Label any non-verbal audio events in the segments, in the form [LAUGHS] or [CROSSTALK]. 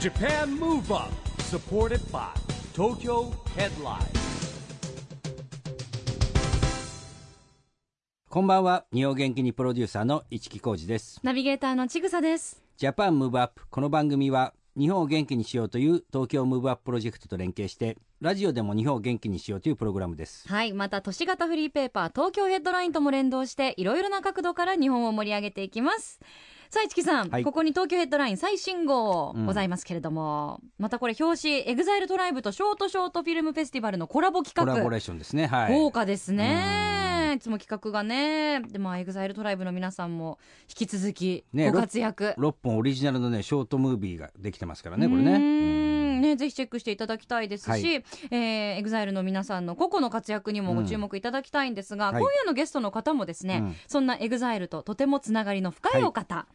Japan Move Up supported by Tokyo Headline こんばんは日本元気にプロデューサーの市木浩司ですナビゲーターのちぐさです。ジャパンムーブアップこの番組は日本を元気にしようという東京ムーブアッププロジェクトと連携してラジオでも日本を元気にしようというプログラムですはい。また、都市型フリーペーパー、東京ヘッドラインとも連動して、いろいろな角度から日本を盛り上げていきます。さあ、市木さん、はいここに東京ヘッドライン最新号うんございますけれども、またこれ表紙、エグザイルトライブとショートショートフィルムフェスティバルのコラボコ企ラボレ画。ーションですねはい豪華ですね。いつも企画がね。で、まあ、エグザイルトライブの皆さんも、引き続き、ねご活躍。 6本オリジナルのねショートムービーができてますからねこれうーねんね、ぜひチェックしていただきたいですし、はいえー、EXILE の皆さんの個々の活躍にもご注目いただきたいんですはが、い今夜のゲストの方もですね、うんそんな EXILE ととてもつながりの深いお方、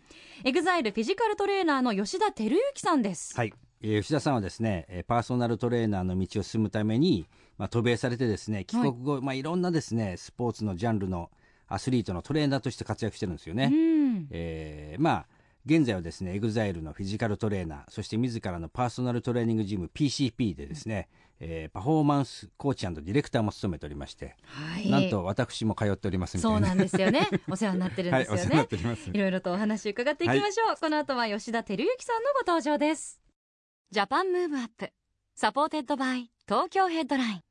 EXILE フィジカルトレーナーの吉田照之さんです。はい、えー吉田さんはですねえーパーソナルトレーナーの道を進むために、まあ、渡米されてですね帰国後、いまあ、いろんなですねスポーツのジャンルのアスリートのトレーナーとして活躍してるんですよね、うんえーまあ現在はですね EXILE のフィジカルトレーナーそして自らのパーソナルトレーニングジム PCP でですね、えーパフォーマンスコーチディレクターも務めておりまして、はい、なんと私も通っておりますみたいそうななんですよね。お世話になってるん [LAUGHS] はでいすおよ世話になねっ。ておりますいろいろとお話伺っていきましょう。この後は吉田照之さんのご登場です。ジャパンムーブアップ、サポーテッドバイ東京ヘッドライン。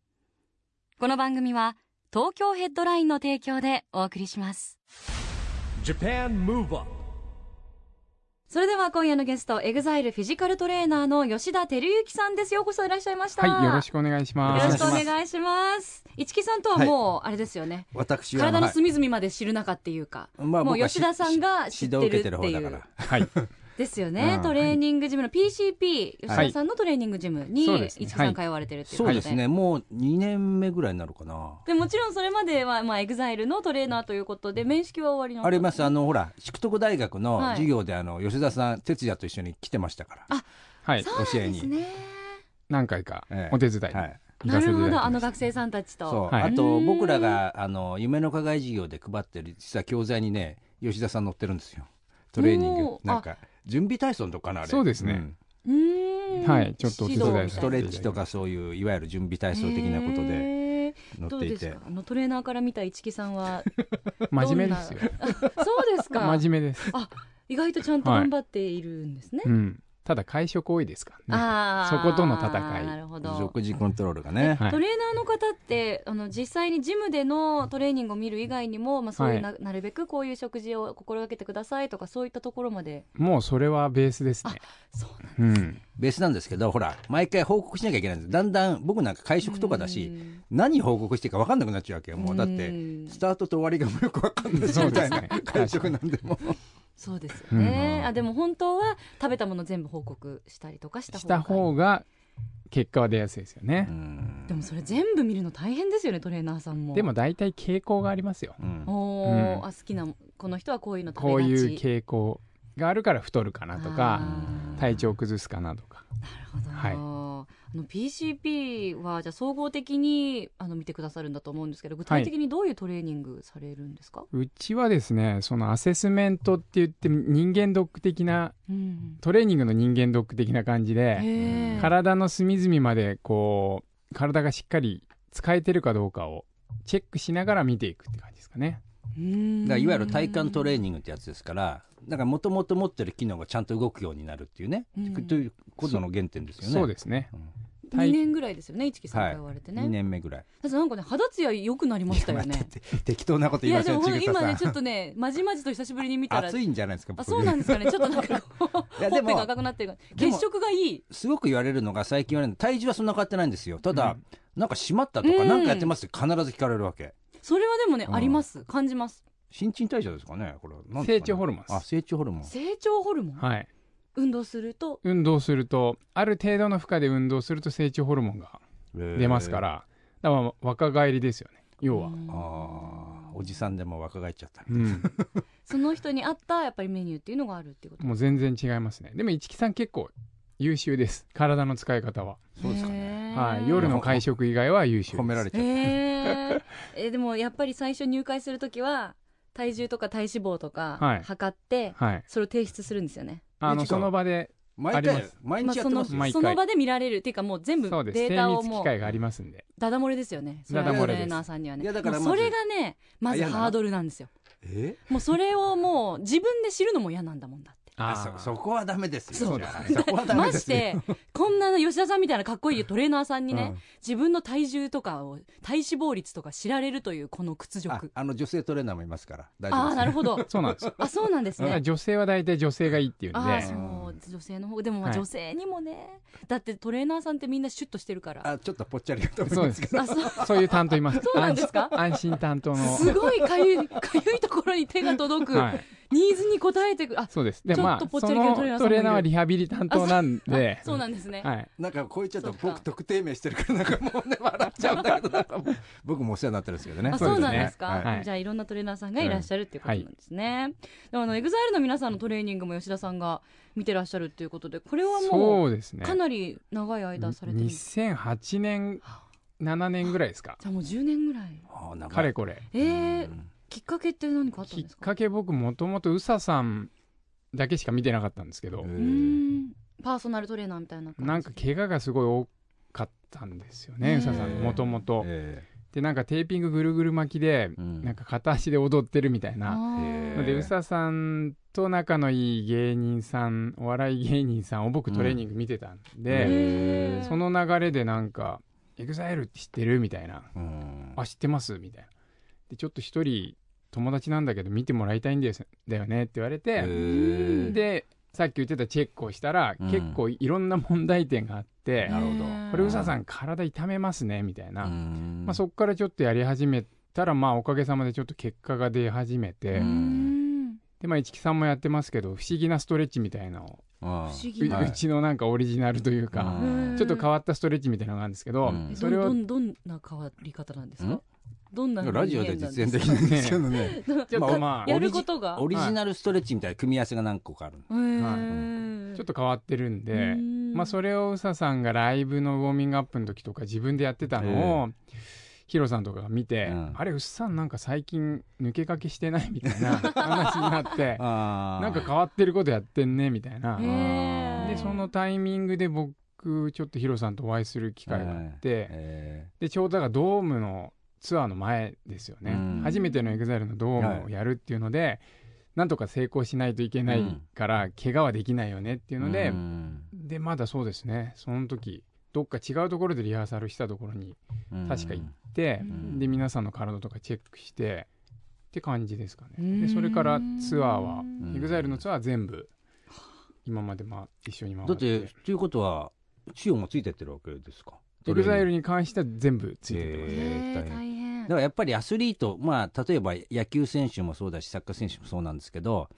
この番組は東京ヘッドラインの提供でお送りします。 Japan Move Up それでは今夜のゲスト、エグザイルフィジカルトレーナーの吉田照之さんです。ようこそいらっしゃいました。はい、よろしくお願いしまよろしす。くお願いします。一木さんとはもう、あれですよね。私は体のは隅々まで知る中っていうか、いまあもう僕は吉田さんが知ってるっ指導受てけてるい方だうか。はい、ですよね、うんトレーニングジムの PCP、吉田さんのトレーニングジムに、そういでちすねきさん通われてるらっていうそことうで、ですねもう2年目ぐらいになるかなでもちろんそれまでは、まあ、EXILE のトレーナーということで、面識は終わりのありますあのほら淑徳大学のはい授業で、あの吉田さん哲也と一緒に来てましたからはい、そう教えでにすね、何回かええお手伝いはい行なかせているほただきましたど、あの学生さんたちと。そう、はいあとうん僕らがあの夢の課外授業で配ってる実は教材にね吉田さん載ってるんですよトレーニングおーなんか準備体操のとかなあれそうですねんうーんはいちょっとお手伝指導いみたいなストレッチとかそういういわゆる準備体操的なことでへーど載っうてでいすてかあのトレーナーから見た市木さんは [LAUGHS] 真面目です [LAUGHS] よ。そうですか真面目です。意外とちゃんと頑張っているんですね、うん。ただ会食多いですからね。あーそことの戦いなるほど食事コントロールがね、はいトレーナーの方ってあの実際にジムでのトレーニングを見る以外にも、まあ、そういうな,、なるべくこういう食事を心がけてくださいとかそういったところまでもうそれはベースですね。そうなんうん。ベースなんですけどほら毎回報告しなきゃいけないんですだんだん僕なんか会食とかだしうん何報告していいか分かんなくなっちゃうわけよもうだってんスタートと終わりがもうよく分かんないそうみたでいすなね会食なんでもそうですよね、うんあでも本当は食べたもの全部報告したりとかしたし方がた方が結果は出やすいですようね。んでもそれ全部見るの大変ですよねトレーナーさんもでも大体傾向がありますよ。うんおーうんあ好きなこの人はこういうの食べこうがちいう傾向があるから太るかなとか、あー体調崩すかなとか。なるほど、はいあの PCP はじゃあ総合的にあの見てくださるんだと思うんですけど具体的にどういうトレーニングされるんですか、うちはですね、そのアセスメントって言って人間ドック的な、うんトレーニングの人間ドック的な感じで、へー体の隅々までこう体がしっかり使えてるかどうかをチェックしながら見ていくって感じですかねうんだからいわゆる体幹トレーニングってやつですから、だからもともと持ってる機能がちゃんと動くようになるっていうね、うんということの原点ですよね。そうですねうん2年ぐらいですよね一木さんが言われてね、 2年目ぐらい。だってなんかね肌ツヤ良くなりましたよいや待ねって [LAUGHS] て適当なことい言いませやでん、もほんちとぐさ今さねちょっん。とねまじまじと久しぶりに見たら暑いんじゃないですか、あ僕そうなんですかねちょっとなんかこ [LAUGHS] うほっいやでぺがも赤くなってるからでも血色がいいすごく言われるのが、最近言われるの体重はそんな変わってないんですよ。ただ、うんなんか締まったとか、うんなんかやってますって必ず聞かれるわけ。それはでもね、うんあります感じます新陳代謝ですかね、これは。なんですかね成長ホルモンですあ、成長ホルモン。成長ホルモン、はい運動すると運動するとある程度の負荷で運動すると成長ホルモンが出ますへかー。ら、だから若返りですよね要は、うんああ、おじさんでも若返っちゃった。うん、その人に合ったやっぱりメニューっていうのがあるっていうこともう全然違いますねでも市木さん結構優秀です体の使い方は、そうですかね。ねはい、夜の会食以外は優秀です褒められちゃった。へー [LAUGHS] えでもやっぱり最初入会するときは体重とか体脂肪とはかい測ってはいそれを提出するんですよね、あ市の木さんその場で毎あり回ます毎まあ日やっそてのますよ、毎回その場で見られるっていうかもう全部そうですデー精タを密も機う械がありますんでダダ漏れですよねそダダ漏れトですレーナーさんにはねいやだからもうそれまがねまず嫌なのハードルなんですよえもうそれをもう自分で知るのも嫌なんだもんだってあそーそこはダメですよそうだねそこはダメまでしすよてこんな吉田さんみたいなかっこいいトレーナーさんにね、うん自分の体重とかを体脂肪率とか知られるというこの屈あ辱あの女性トレーナーもいますから大丈夫あであすなるほ [LAUGHS] どそうなんですよあそうなんですだからね女性は大体女性がいいっていうんああでそうう女性の方でもまあはい女性にもね、だってトレーナーさんってみんなシュッとしてるからああちょっとぽっちゃりだと思いそうまですすけどそうそういう担当いますそうなんですか安心安心担当のすごいかゆいかゆいところに手が届く、はいニーズに応えてくあそうですでちょっとまあぽっちゃそり系ののトトレーナーさんもいるレーナーはリハビリ担当なんでそうなんですね、はいなんかこう言っちゃうとそっか僕特定名してるからなんかもうね笑っちゃうんだけどなん [LAUGHS] かもう僕もお世話になってるんですけどねあそうそうですねなんですか、はいじゃあいろんなトレーナーさんがいらっしゃるっていうことなんですね、でもあの EXILE の皆さんのトレーニングも吉田さんが見てらっしゃるっていうことでこれはもそうですうねかなり長い間されてるんです2008年7年ぐらいですかじゃあもう10年ぐらいあなんかかれこれえー、きっかけって何かあったんきっですかかけ僕もともと宇佐さんだけしか見てなかったんですけうどうーんんパーソナルトレーナーみたいな感じなんか怪我がすごい多かったんですよねへー宇佐さんもともとええでなんかテーピングぐるぐる巻きでうんなんか片足で踊ってるみたいあなへーーので宇佐さんと仲のいい芸人さんお笑い芸人さんを僕トレーニング見てたんで、へーその流れでなんか「EXILE って知ってる?」みたいなうん「あ知ってます」みたいなでちょっと一人友達なんだけど見てもらいたいんですだよねって言われえて、えでさっき言ってたチェックをしたら、うん結構いろんな問題点があって、なるほどねこれ宇佐さん体痛めますねみたいな、うんまあ、そこからちょっとやり始めたらまあおかげさまでちょっと結果が出始めううて、ーんんでまあ市木さんもやってますけど不思議なストレッチみたいなのをあ不あ思議うなはいうちのなんかオリジナルというか、うんちょっと変わったストレッチみたいなのがあるんですけど、うんそれどをんどんどんな変わり方なんですかんどんなラジオで実演できなないんですけど [LAUGHS] ね [LAUGHS] ちょっとまあ、ややることがオリジナルストレッチみたいな組み合わせが何個かあるへーちょっと変わってるんうで、んまあ、それをうささんがライブのウォーミングアップの時とか自分でやってたのを、ヒロさんとかが見て、うんあれ、うさんなんか最近抜けかけしてないみた [LAUGHS] いな話になって、ああなんか変わってることやってんねみたいなへ。ーで、そのタイミングで僕、ちょっとヒロさんとお会いする機会があって、えでちょうどだからドームのツアーの前ですよね、うん初めての EXILE のドームをやるっていうので、なんとか成功しないといけないから、怪我はできないよねっていうえので、うんでまだそうですねその時どっか違うところでリハーサルしたところに確か行って、うんで皆さんの体とかチェックしてって感じですかうねんでそれからツアーはうん EXILE のツアーは全部今までまあ一緒に回だっっててということは治療もついてってるわけですか EXILE に関しては全部ついてってまえす、へーー大大変だからやっぱりアスリート、まあ、例えば野球選手もそうだし、サッカー選手もそうなんですけど、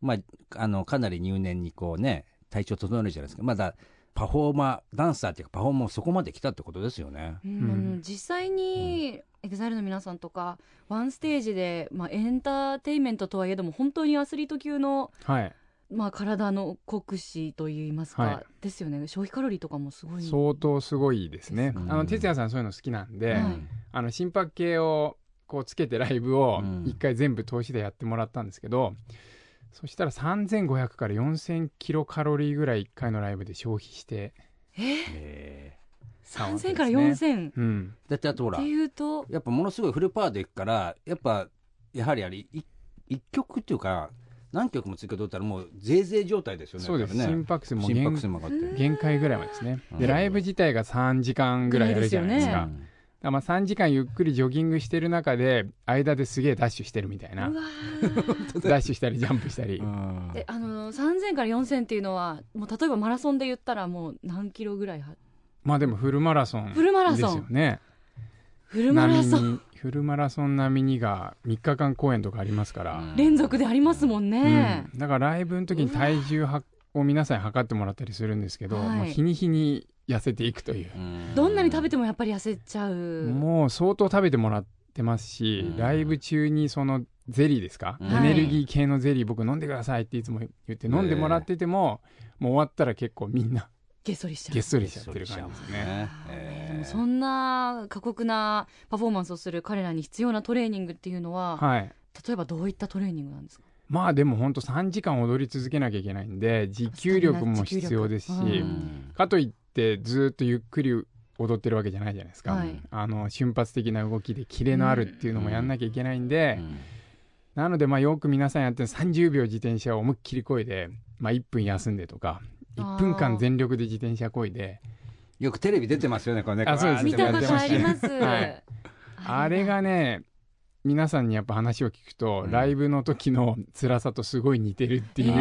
まあ、あのかなり入念にこう、ね、体調整えるじゃないですか、まだパフォーマー、ダンサーっていうか、パフォーマーもそこまで来たってことですよね。うんうんあの実際に EXILE の皆さんとかワンステージで、まあ、エンターテインメントとはいえども本当にアスリート級の、はいまあ、体の酷使といいますか、はいですよね消費カロリーとかもすごい相当すごいですねですねあの哲也さんそういうの好きなんで、はいあの心拍計をこうつけてライブをうん一回全部通しでやってもらったんですけど、そしたら3500から4000キロカロリーぐらい1回のライブで消費して、え3000から4000っうん、ーだってあとほらて、いうとやっぱものすごいフルパワーでいくから、やっぱ、やはりあれ、い一曲っていうか、何曲もつけとったら、もう、ぜいぜい状態ですよね、そうです、だから心ね。拍数も心拍数限も上がって。限界ぐらいまでですねうんでライブ自体が3時間ぐらいやるじゃないですぐからだからまあ3時間ゆっくりジョギングしてる中で間ですげえダッシュしてるみたいうなわ [LAUGHS] ーダッシュしたりジャンプしたり、うんえあの3000から4000っていうのはもう例えばマラソンで言ったらもう何キロぐらいはまあでもフルマラソンフルマラソンですよねフルマラソン並みにフルマラソン並みにが3日間公演とかありますから、連続でありますもんね、うんだからライブの時に体重はを皆さんに測ってもらったりするんですけど、はいもう日に日に痩せていくというう、んどんなに食べてもやっぱり痩せちゃう、もう相当食べてもらってますし、うんライブ中にそのゼリーですか、うんはいエネルギー系のゼリー僕飲んでくださいっていつも言って飲んでもらってても、もう終わったら結構みんなげっそりしちゃうげっそりしちゃってる感じですね。ねでもそんな過酷なパフォーマンスをする彼らに必要なトレーニングっていうのは、はい例えばどういったトレーニングなんですかまあでも本当3時間踊り続けなきゃいけないんで持久力も必要ですし、それは持久力んかといってずっとゆっくり踊ってるわけじゃないじゃないですか、はいあの瞬発的な動きでキレのあるっていうのもやんなきゃいけないんで、うんなのでまあよく皆さんやってる30秒自転車を思いっきり漕いで、まあ、1分休んでとか1分間全力で自転車漕いでよくテレビ出てますよね、これね。あそうです見たことあります。はいあれはがね皆さんにやっぱ話を聞くと、うんライブの時の辛さとすごい似てるっていう、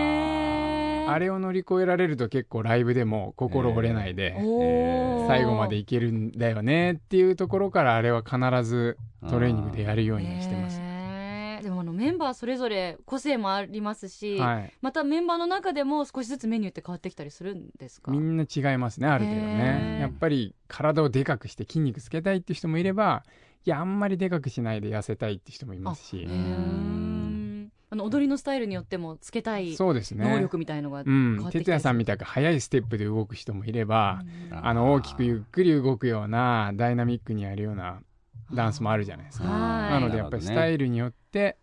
へーあれを乗り越えられると結構ライブでも心折れないで、おー最後までいけるんだよねっていうところからあれは必ずトレーニングでやるようにしてます。へーでもあのメンバーそれぞれ個性もありますし、はい、またメンバーの中でも少しずつメニューって変わってきたりするんですかみんな違いますねある程度へねーやっぱり体をでかくして筋肉つけたいって人もいればいやあんまりでかくしないで痩せたいって人もいますしへーあの踊りのスタイルによってもつけたいそうですね能力みたいのがう変わんってきたり哲也するさんみたく速いステップで動く人もいれば、うんあーあの大きくゆっくり動くようなダイナミックにやるようなダンスもあるじゃないですか、はいなのでやっぱりスタイルによって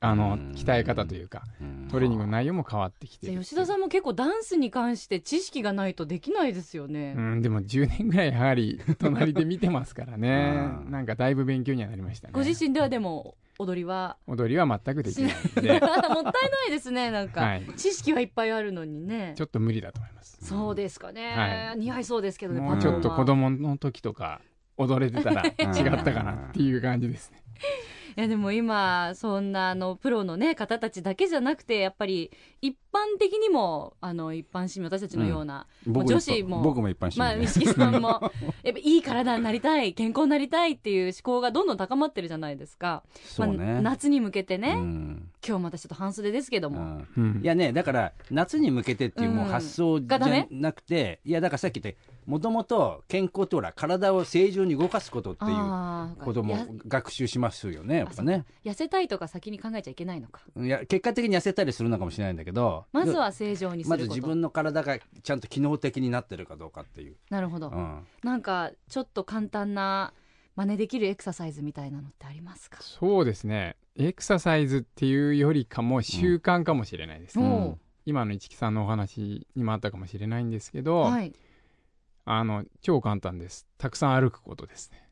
あうのん鍛え方というかトレーニングの内容も変わってきてじるゃあ吉田さんも結構ダンスに関して知識がないとできないですよね、うん、でも10年ぐらいやはり隣で見てますか [LAUGHS] らねうんなんかだいぶ勉強にはなりましたねご自身ではでも踊りは踊りは全くできないん [LAUGHS] もっでたいないですねなんか、はい知識はいっぱいあるのにねちょっと無理だと思いますそうですかね、は似合いそうですけどねもうパちフォーマょーっと子供の時とか踊れてた [LAUGHS] ら違ったかなっていう感じですねいやでも今そんなあのプロの、ね、方たちだけじゃなくてやっぱり一般的にもあの一般市民私たちのような、僕女子も僕も一般市まあ民で美す。月さんもやっぱいい体になりたい健康になりたいっていう思考がどんどん高まってるじゃないですか、そうまあね。夏に向けてね、うん今日またちょっと半袖ですけどうも、んうんいやね、だから夏に向けてっていうもううん発想じがダゃメなくて、いやだからさっき言ったもともと健康ってほら体を正常に動かすことっていうあーこともや学習しますよねやっぱね痩せたいとか先に考えちゃいけないのかいや結果的に痩せたりするのかもしれないんだけどまずは正常にするまことず自分の体がちゃんと機能的になってるかどうかっていう、なるほど、うん、なんかちょっと簡単な真似できるエクササイズみたいなのってありますかそうですねエクササイズっていうよりかも習慣かもしれないですね、うん今の市木さんのお話にもあったかもしれないんですけど、はいあの超簡単ですたくさん歩くことですね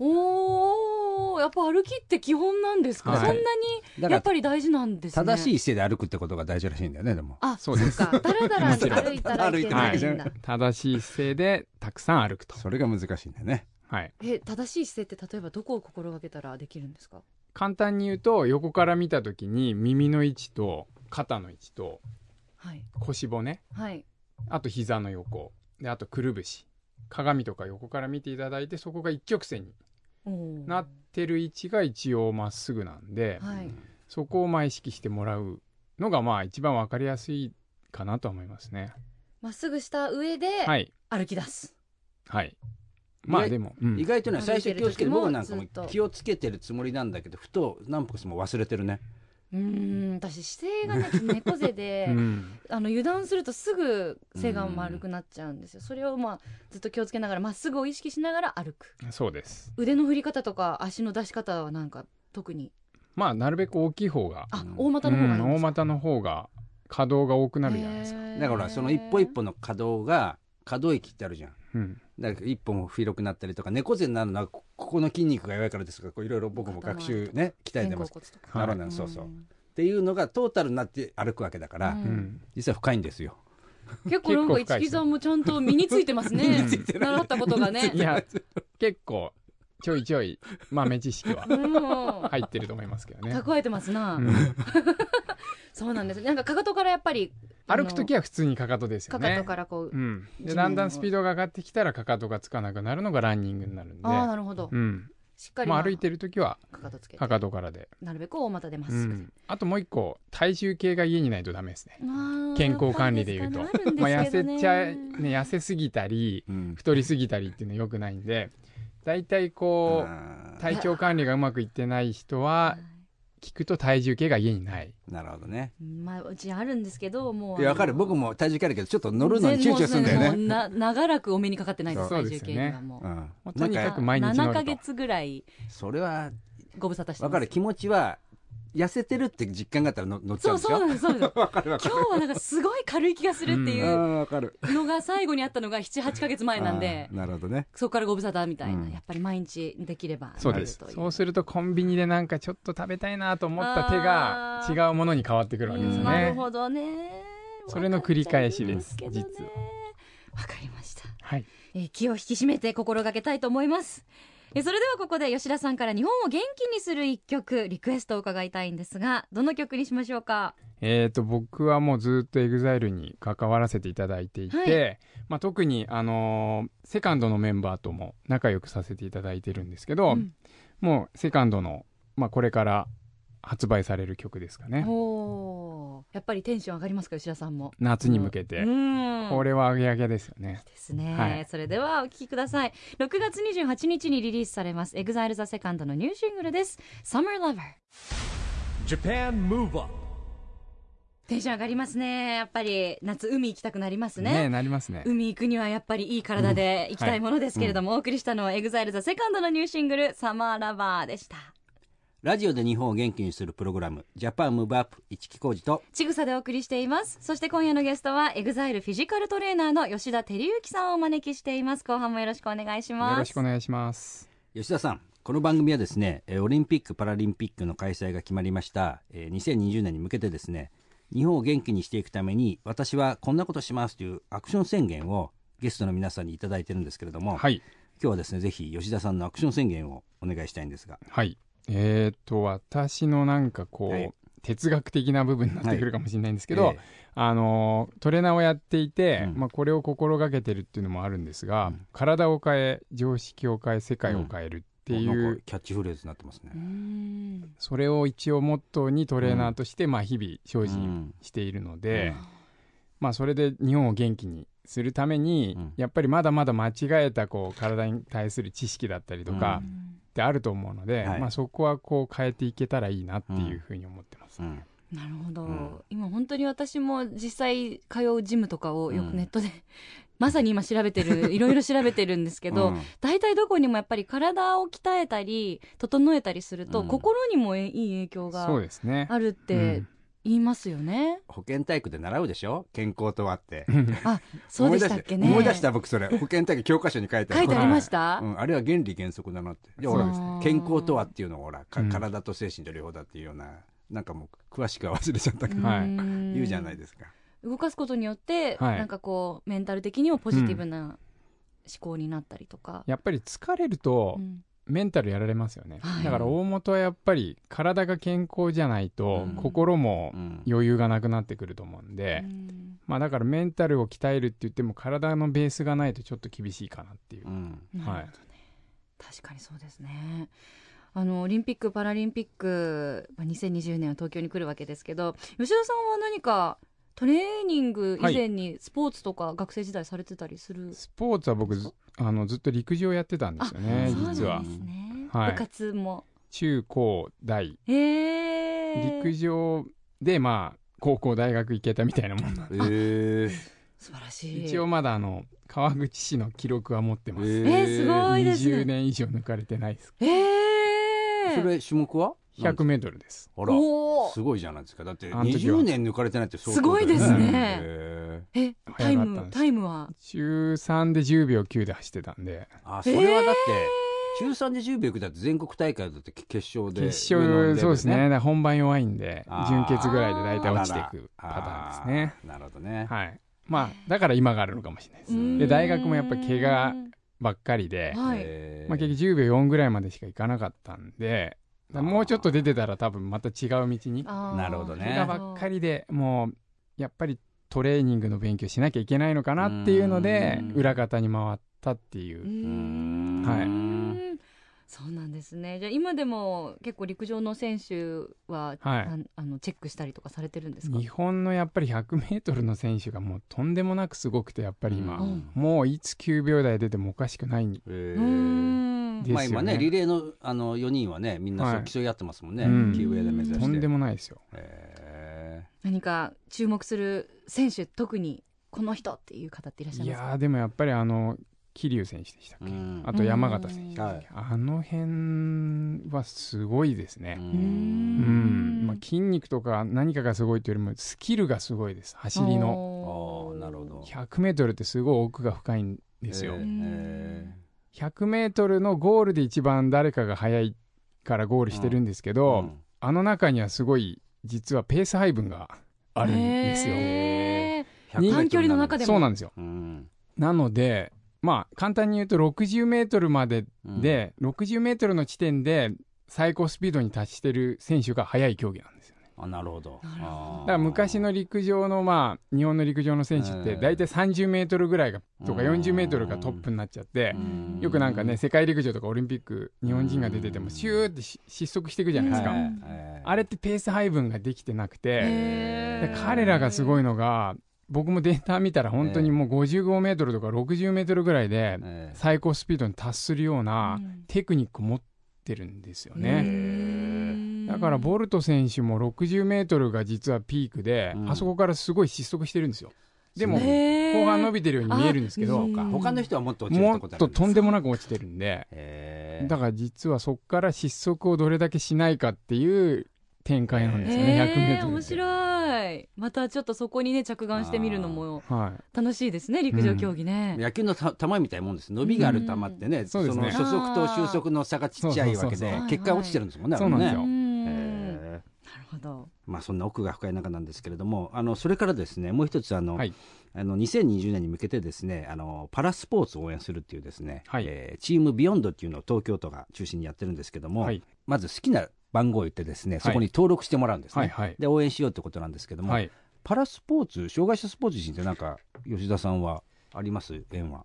おーやっぱ歩きって基本なんですか、はいそんなだにやかっぱり大事なんですらね正しいい姿勢で歩くってことが大事らしいんだよねで [LAUGHS] もあそそううでですかだらだら歩いたらいけないんもちろだんただ歩いてない正しい姿勢でたくさん歩くとそれが難しいんだよねはいえ正しい姿勢って例えばどこを心がけたらできるんですか簡単に言うと横から見た時に耳の位置と肩の位置とはい腰骨はいあと膝の横であとくるぶし鏡とか横から見ていただいてそこが一直線におーなってる位置が一応まっすぐなんで、はいそこをまあ意識してもらうのがまあ一番わかりやすいかなとは思いますねまっすぐした上ではい歩き出す、はいまあでも、うん意外とね歩いて最る初気をつけて時も僕なんかもずっと気をつけてるつもりなんだけどふと何歩かしても忘れてるねうーん私姿勢がね猫背で、 [LAUGHS] うんあの油断するとすぐ背が丸くなっちゃうんですよそれをまあずっと気をつけながらまっすぐを意識しながら歩くそうです腕の振り方とか足の出し方はなんか特にまあなるべく大きい方があうん大股の方がいいんうんで大す股の方が可動が多くなるじゃないですか、かだからその一歩一歩の可動が可動域ってあるじゃんうん、だから一歩も広くなったりとか猫背になるのはこここの筋肉が弱いからですがこういろいろ僕も学習ね鍛えて肩甲ます骨とかなるほどねそうそうっていうのがトータルになって歩くわけだから、うんうん実は深いんですよ結構なんか結構深一いですね木さんもちゃんと身についてますね身についてない習ったことがねいや結構ちょいちょい豆知識はうん入ってると思いますけど [LAUGHS] ね蓄えてますな、うんそうなんですなんかかかとからやっぱり歩く時はは普通にかかとですよかねかとからこう、うん、一で年だんだんスピードが上がってきたらかかとがつかなくなるのがランニングになるんで、ああなるほど、うんしっかり、まあ、歩いてる時はかかとつけてかかとからで、なるべく大股でまっうすぐ、ん、あともう一個体重計が家にないとダメですねまあ健康管理でいうとやっぱりですかまあ、ねある痩んですけせどねちゃいね痩せすぎたりうん太りすぎたりっていうのよくないんでだいたいこうあー体調管理がうまくいってない人は聞くと体重計が家にないなるほどねまあうちあるんですけどもういやわかる僕も体重計あるけどちょっと乗るのに躊躇するんだよもうねな長らくお目にかかってないですそう体重計にはもううんもうなとんにかかく毎日乗ると7ヶ月ぐらいそれはご無沙汰してまわすかる気持ちは痩せてるって実感があったらの乗っちゃうそんうでしょそうなんですそうなんですわかるわか今日はなんかすごい軽い気がするってる。いあうーわかる。のが最後にあったのが78か月前なんであーなるほどね。そこからご無沙汰みたいな、うんやっぱり毎日できればそうですなるといそうするとコンビニでなんかちょっと食べたいなと思った手があー違うものに変わってくるわけですうねんなるほどね [LAUGHS] それの繰り返しですわかっちゃうんけどね実わかりました、はいえー気を引き締めて心がけたいと思いますえーそれではここで吉田さんから日本を元気にする一曲リクエストを伺いたいんですがどの曲にしましょうかえー、と僕はもうずっと EXILE に関わらせていただいていて、はまあ、特に、あのーセカンドのメンバーとも仲良くさせていただいてるんですけうど、んもうセカンドの、まあ、これから発売される曲ですかねおーやっぱりテンション上がりますか吉田さんも夏に向けて、うんこれはアゲアゲですよねですね、はいそれではお聞きください6月28日にリリースされます EXILE The Second のニューシングルです「SummerLover Japan Move Up」テンション上がりますねやっぱり夏海行きたくなりますねえなりますね海行くにはやっぱりいい体で行きたいものですけれども、お送りしたのは EXILE The Second のニューシングル「SummerLover」でしたラジオで日本を元気にするプログラム、ジャパンムーブアップ、市木浩二と、ちぐさでお送りしていますそして今夜のゲストは EXILE フィジカルトレーナーの吉田照之さんをお招きしています後半もよろしくお願いしますよろしくお願いします吉田さん、この番組はですね、えーオリンピック・パラリンピックの開催が決まりました、えー2020年に向けてですね、日本を元気にしていくために、私はこんなことしますというアクション宣言をゲストの皆さんにいただいてるんですけれども、はい今日はですね、ぜひ吉田さんのアクション宣言をお願いしたいんですが、はいえー、と私のなんかこう、はい哲学的な部分になってくるかもしれないんですけど、えーあのートレーナーをやっていて、うんまあ、これを心がけてるっていうのもあるんですが、うん体を変え常識を変え世界を変えるっていう、なんかキャッチフレーズになってますねう。んそれを一応モットーにトレーナーとして、まあ、日々精進しているので、うんまあ、それで日本を元気にするために、うんやっぱりまだまだ間違えたこう体に対する知識だったりとかってあると思うので、はいまあ、そこはこう変えていけたらいいなっていうふうに思ってます。うんなるほど、うん今本当に私も実際通うジムとかをようくんネットで、まさに今調べてるいろいろ調べてるんですけど、うん大体どこにもやっぱり体を鍛えたり整えたりすると、うん心にもえいい影響がそうですねあるっうてん言いますよね、保健体育で習うでしょ健康とはって。そうでしたっけね思い出した僕それ。保健体育教科書に書いてあ書る。いてありました、うん、あれは原理原則だなって。いや、ほそうらですね、健康とはっていうのを、ほら、かうん体と精神と両方だっていうような、なんかもう、詳しくは忘れちゃったけど、はいん言うじゃないですか。動かすことによって、はいなんかこうメンタル的にもポジティブな思考になったりとか、 [LAUGHS] やっぱり疲れると、うんメンタルやられますよね、はいだから大元はやっぱり体が健康じゃないとうん心もうん余裕がなくなってくると思うんで、うんまあだからメンタルを鍛えるって言っても体のベースがないとちょっと厳しいかなっていうう、んなるほどはね、い確かにそうですねあのオリンピック・パラリンピック、まあ、2020年は東京に来るわけですけど吉田さんは何かトレーニング以前にスポーツとか学生時代されてたりする、スポーツは僕ずあのずっと陸上やってたんですよねあそうなんです実はね、はい部活も中高大へえ陸上でまあ高校大学行けたみたいなもんなんでえー、素晴らしい一応まだあの川口市の記録は持ってます、えー、すごいです20ね年以上抜かれてないですええそれ、種目は 100m ですあら、おーすごいじゃないですか。だって、あの時は20年抜かれてないって相当だよすごいですねへえかったタイムですタイムは中3で10秒9で走ってたんでーあ、それはだって、中3で10秒だって全国大会だって決勝で。決上のレベ勝ルそうですねだから本番弱いんであー準決ぐらいで大体落ちていくパターンですね。あなるほどね。はいまあだから今があるのかもしれないですんで大学もやっぱり怪我ばっかりで、はいえーまあ、結局10秒4ぐらいまでしか行かなかったんでだからもうちょっと出てたら多分また違う道になるほどね怪我ばっかりでもうやっぱりトレーニングの勉強しなきゃいけないのかなっていうのでうん裏方に回ったっていううんはいういそうなんですねじゃあ今でも結構陸上の選手は、はいああのチェックしたりとかされてるんですか日本のやっぱり 100m の選手がもうとんでもなくすごくてやっぱり今、うんもういつ9秒台出てもおかしくないんでえうーーんすよまあ、ね。今ね、リレーのあの4人はね、みんなはそうい競い合ってますもんね、うんキーウェイで目指して。とんでもないですよ。え何か注目する選手特にこの人っていう方っていらっしゃいいますかやーでもやっぱりあの桐生選手でしたっうけ、んあと山形選手、はいあの辺はすごいですねう、うんうんんまあ、筋肉とか何かがすごいというよりもスキルがすごいです走りのあのーなるほど 100m ってすごい奥が深いんですよ、えーえ 100m のゴールで一番誰かが速いからゴールしてるんですけーど、うんあの中にはすごい実はペース配分があるんですよ、へ100短距離の中でもそうなんですようんなのでまあ簡単に言うと 60m までうんで、60m の地点で最高スピードに達してる選手が速い競技なんですよねあなるほどなるほどだから昔の陸上のまあ日本の陸上の選手ってうん大体 30m ぐらいがとかうん 40m がトップになっちゃってうんよくなんかね世界陸上とかオリンピック日本人が出ててうんもシューってし失速していくじゃないですうか、んあれってペース配分ができてなくてえで彼らがすごいのが僕もデータ見たら本当にもう 55m とか 60m ぐらいで最高スピードに達するようなうんテクニック持ってるんですよね。ねだからボルト選手も60メートルが実はピークで、うんあそこからすごい失速してるんですよ。でもそう後後半伸びびてるように見えるんですけど、うん他の人はもっと落ちるもっってことあるととんでもなく落ちてるんで、へーだから実はそこから失速をどれだけしないかっていう展開なんですよね、100メーへトール。面白いまたちょっとそこにね着眼してみるのもは楽しいですね陸上競技ね、 [LAUGHS] 野球のた球みたいなもんです伸びがある球ってね,、んそそうのです初ね速と終速の差がちっちゃいわけそうそうでそうそう結果落ちてるんですもんねはいはいあれねそううなんですよんなるへーほどまあ、そんな奥が深い中なんですけれどもあのそれからですねもう一つあの、はいあの2020年に向けてですねあのパラスポーツを応援するっていうですね、はいえーチームビヨンドっていうのを東京都が中心にやってるんですけどい。も、はい。まず好きな番号を言ってですねそこに登録してもらうんですね、はい。はい。で応援しようってことなんですけども、はい。パラスポーツ障害者スポーツ人ってなんか吉田さんはあります縁は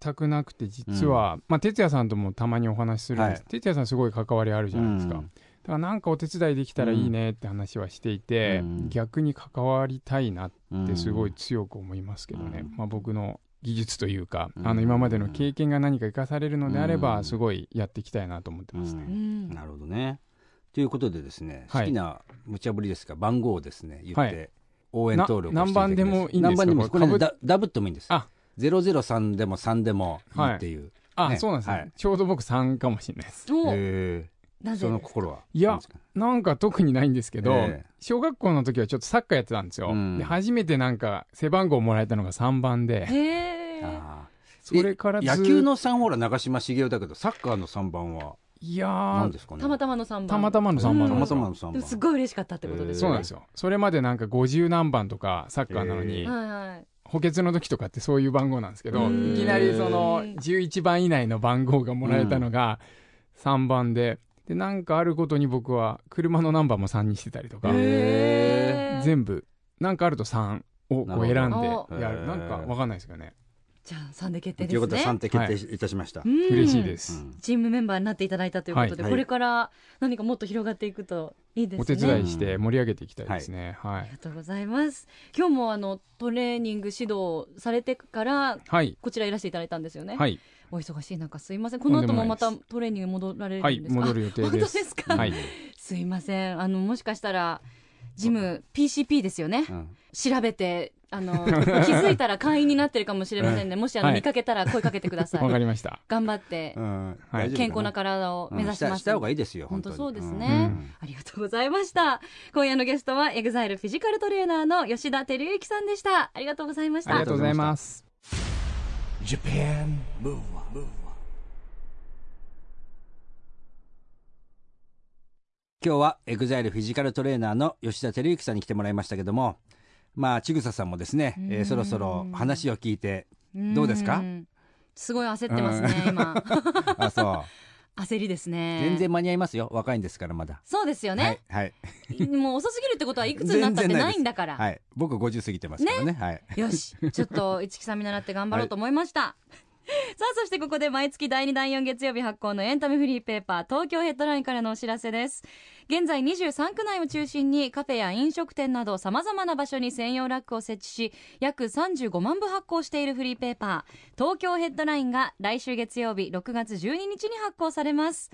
全くなくて、実は、まあ、哲也さんともたまにお話しするんです。は哲也さんすごい関わりあるじゃないですか。うんだからなんかお手伝いできたらいいねって話はしていて、うん逆に関わりたいなっうんてすごい強く思いますけどね、うんまあ、僕の技術というか、うんあの今までの経験が何か生かされるのであれば、うんすごいやっていきたいなと思ってますね。うんなるほどね。ということでですね、はい好きな無茶ぶりですが番号をですね言って、はい応援登録をしていただきたいな何番でもいいんですか何番でもいいですここれれね、ダダブってもいいんです。あゼロゼロ三でも三でもいいっていう。あ、ねそうなんですね、はいちょうど僕3かもしれないです。おへなーぜその心は。いやなんですかなんか特にないんですけど、ええ小学校の時はちょっとサッカーやってたんですよ。うんで初めてなんか背番号もらえたのが3番で、へーあそれからーずっ野と球の三ほら長嶋茂雄だけどサッカーの三番はいや何ーですかね。たまたまの三番たまたまの3た番まなたんまですよの三で番。もすごい嬉しかったってことですそうよなんねですよ。それまでなんか50何番とかサッカーなのに、へはいはい補欠の時とかってそういう番号なんですけへど、ーいきなりその11番以内の番号がもらえたのが3番で、で、なんかあることに僕は車のナンバーも3にしてたりとか、へー全部、なんかあると3をこう選んなでるほどやへーる。なんかわかんないですけどね。じゃあ三で決と定いでうすことでね三手決定いたしました。うん嬉しいです。うんチームメンバーになっていただいたということで、はいこれから何かもっと広がっていくといいですねお手伝いして盛り上げていきたいですね。はありい。がとうございます今日もあのトレーニング指導されてからはい。こちらいらしていただいたんですよね、はい。お忙しい中すいませんこの後もまたトレーニング戻られるはんい。ですか、戻る予定本当で。ですすか、はい。すいませんあのもしかしたらジム PCP ですよねうん調べてあの気づいたら会員になってるかもしれませんねもしあの、はい見かけたら声かけてくださわかいりました。頑張ってうんは大丈い夫か健康な体を目指しうんますした方がいいですよ。本本当当そうですね、にうんありがとうございました今夜のゲストはエグザイルフィジカルトレーナーの吉田照之さんでしたありがとうございましありたがとうございます。 Japan Move Up, Move Up. 今日はエグザイルフィジカルトレーナーの吉田照之さんに来てもらいましたけどもまあ千草さんもですね、えーそろそろ話を聞い [LAUGHS] てどうですかんすごい焦ってますね今あそう焦りですね全然間に合いますよ若いんですからまだ、そうですよね、はいはいもう遅すぎるってことはいくつになったって [LAUGHS] 全然なないですいんだから、はい僕50過ぎてますからねはいよしちょっと一木さん見習って頑張ろうと思いました、さあそしてここで毎月第2第4月曜日発行のエンタメフリーペーパー東京ヘッドラインからのお知らせです現在23区内を中心にカフェや飲食店などさまざまな場所に専用ラックを設置し約35万部発行しているフリーペーパー東京ヘッドラインが来週月曜日6月12日に発行されます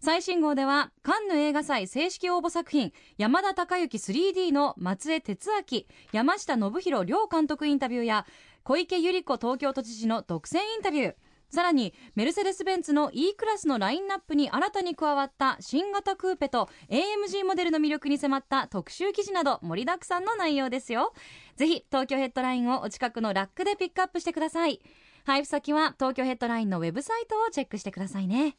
最新号ではカンヌ映画祭正式応募作品山田孝之 3D の松江哲明山下信弘両監督インタビューや小池百合子東京都知事の独占インタビューさらにメルセデス・ベンツの E クラスのラインナップに新たに加わった新型クーペと AMG モデルの魅力に迫った特集記事など盛りだくさんの内容ですよぜひ東京ヘッドラインをお近くのラックでピックアップしてください配布先は東京ヘッドラインのウェブサイトをチェックしてくださいね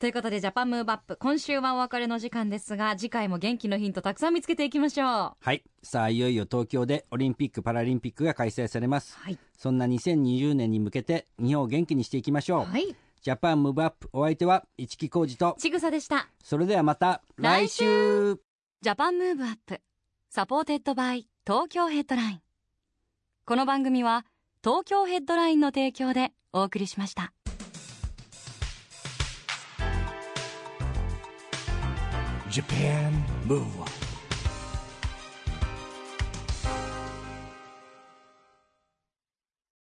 ということでジャパンムーブアップ今週はお別れの時間ですが次回も元気のヒントたくさん見つけていきましょうはいさあいよいよ東京でオリンピック・パラリンピックが開催されます、はいそんな2020年に向けて日本を元気にしていきましょう、はいジャパンムーブアップお相手は市木浩二とちぐさでしたそれではまた来週ジャパンムーブアップサポーテッドバイ東京ヘッドラインこの番組は東京ヘッドラインの提供でお送りしました Japan Move Up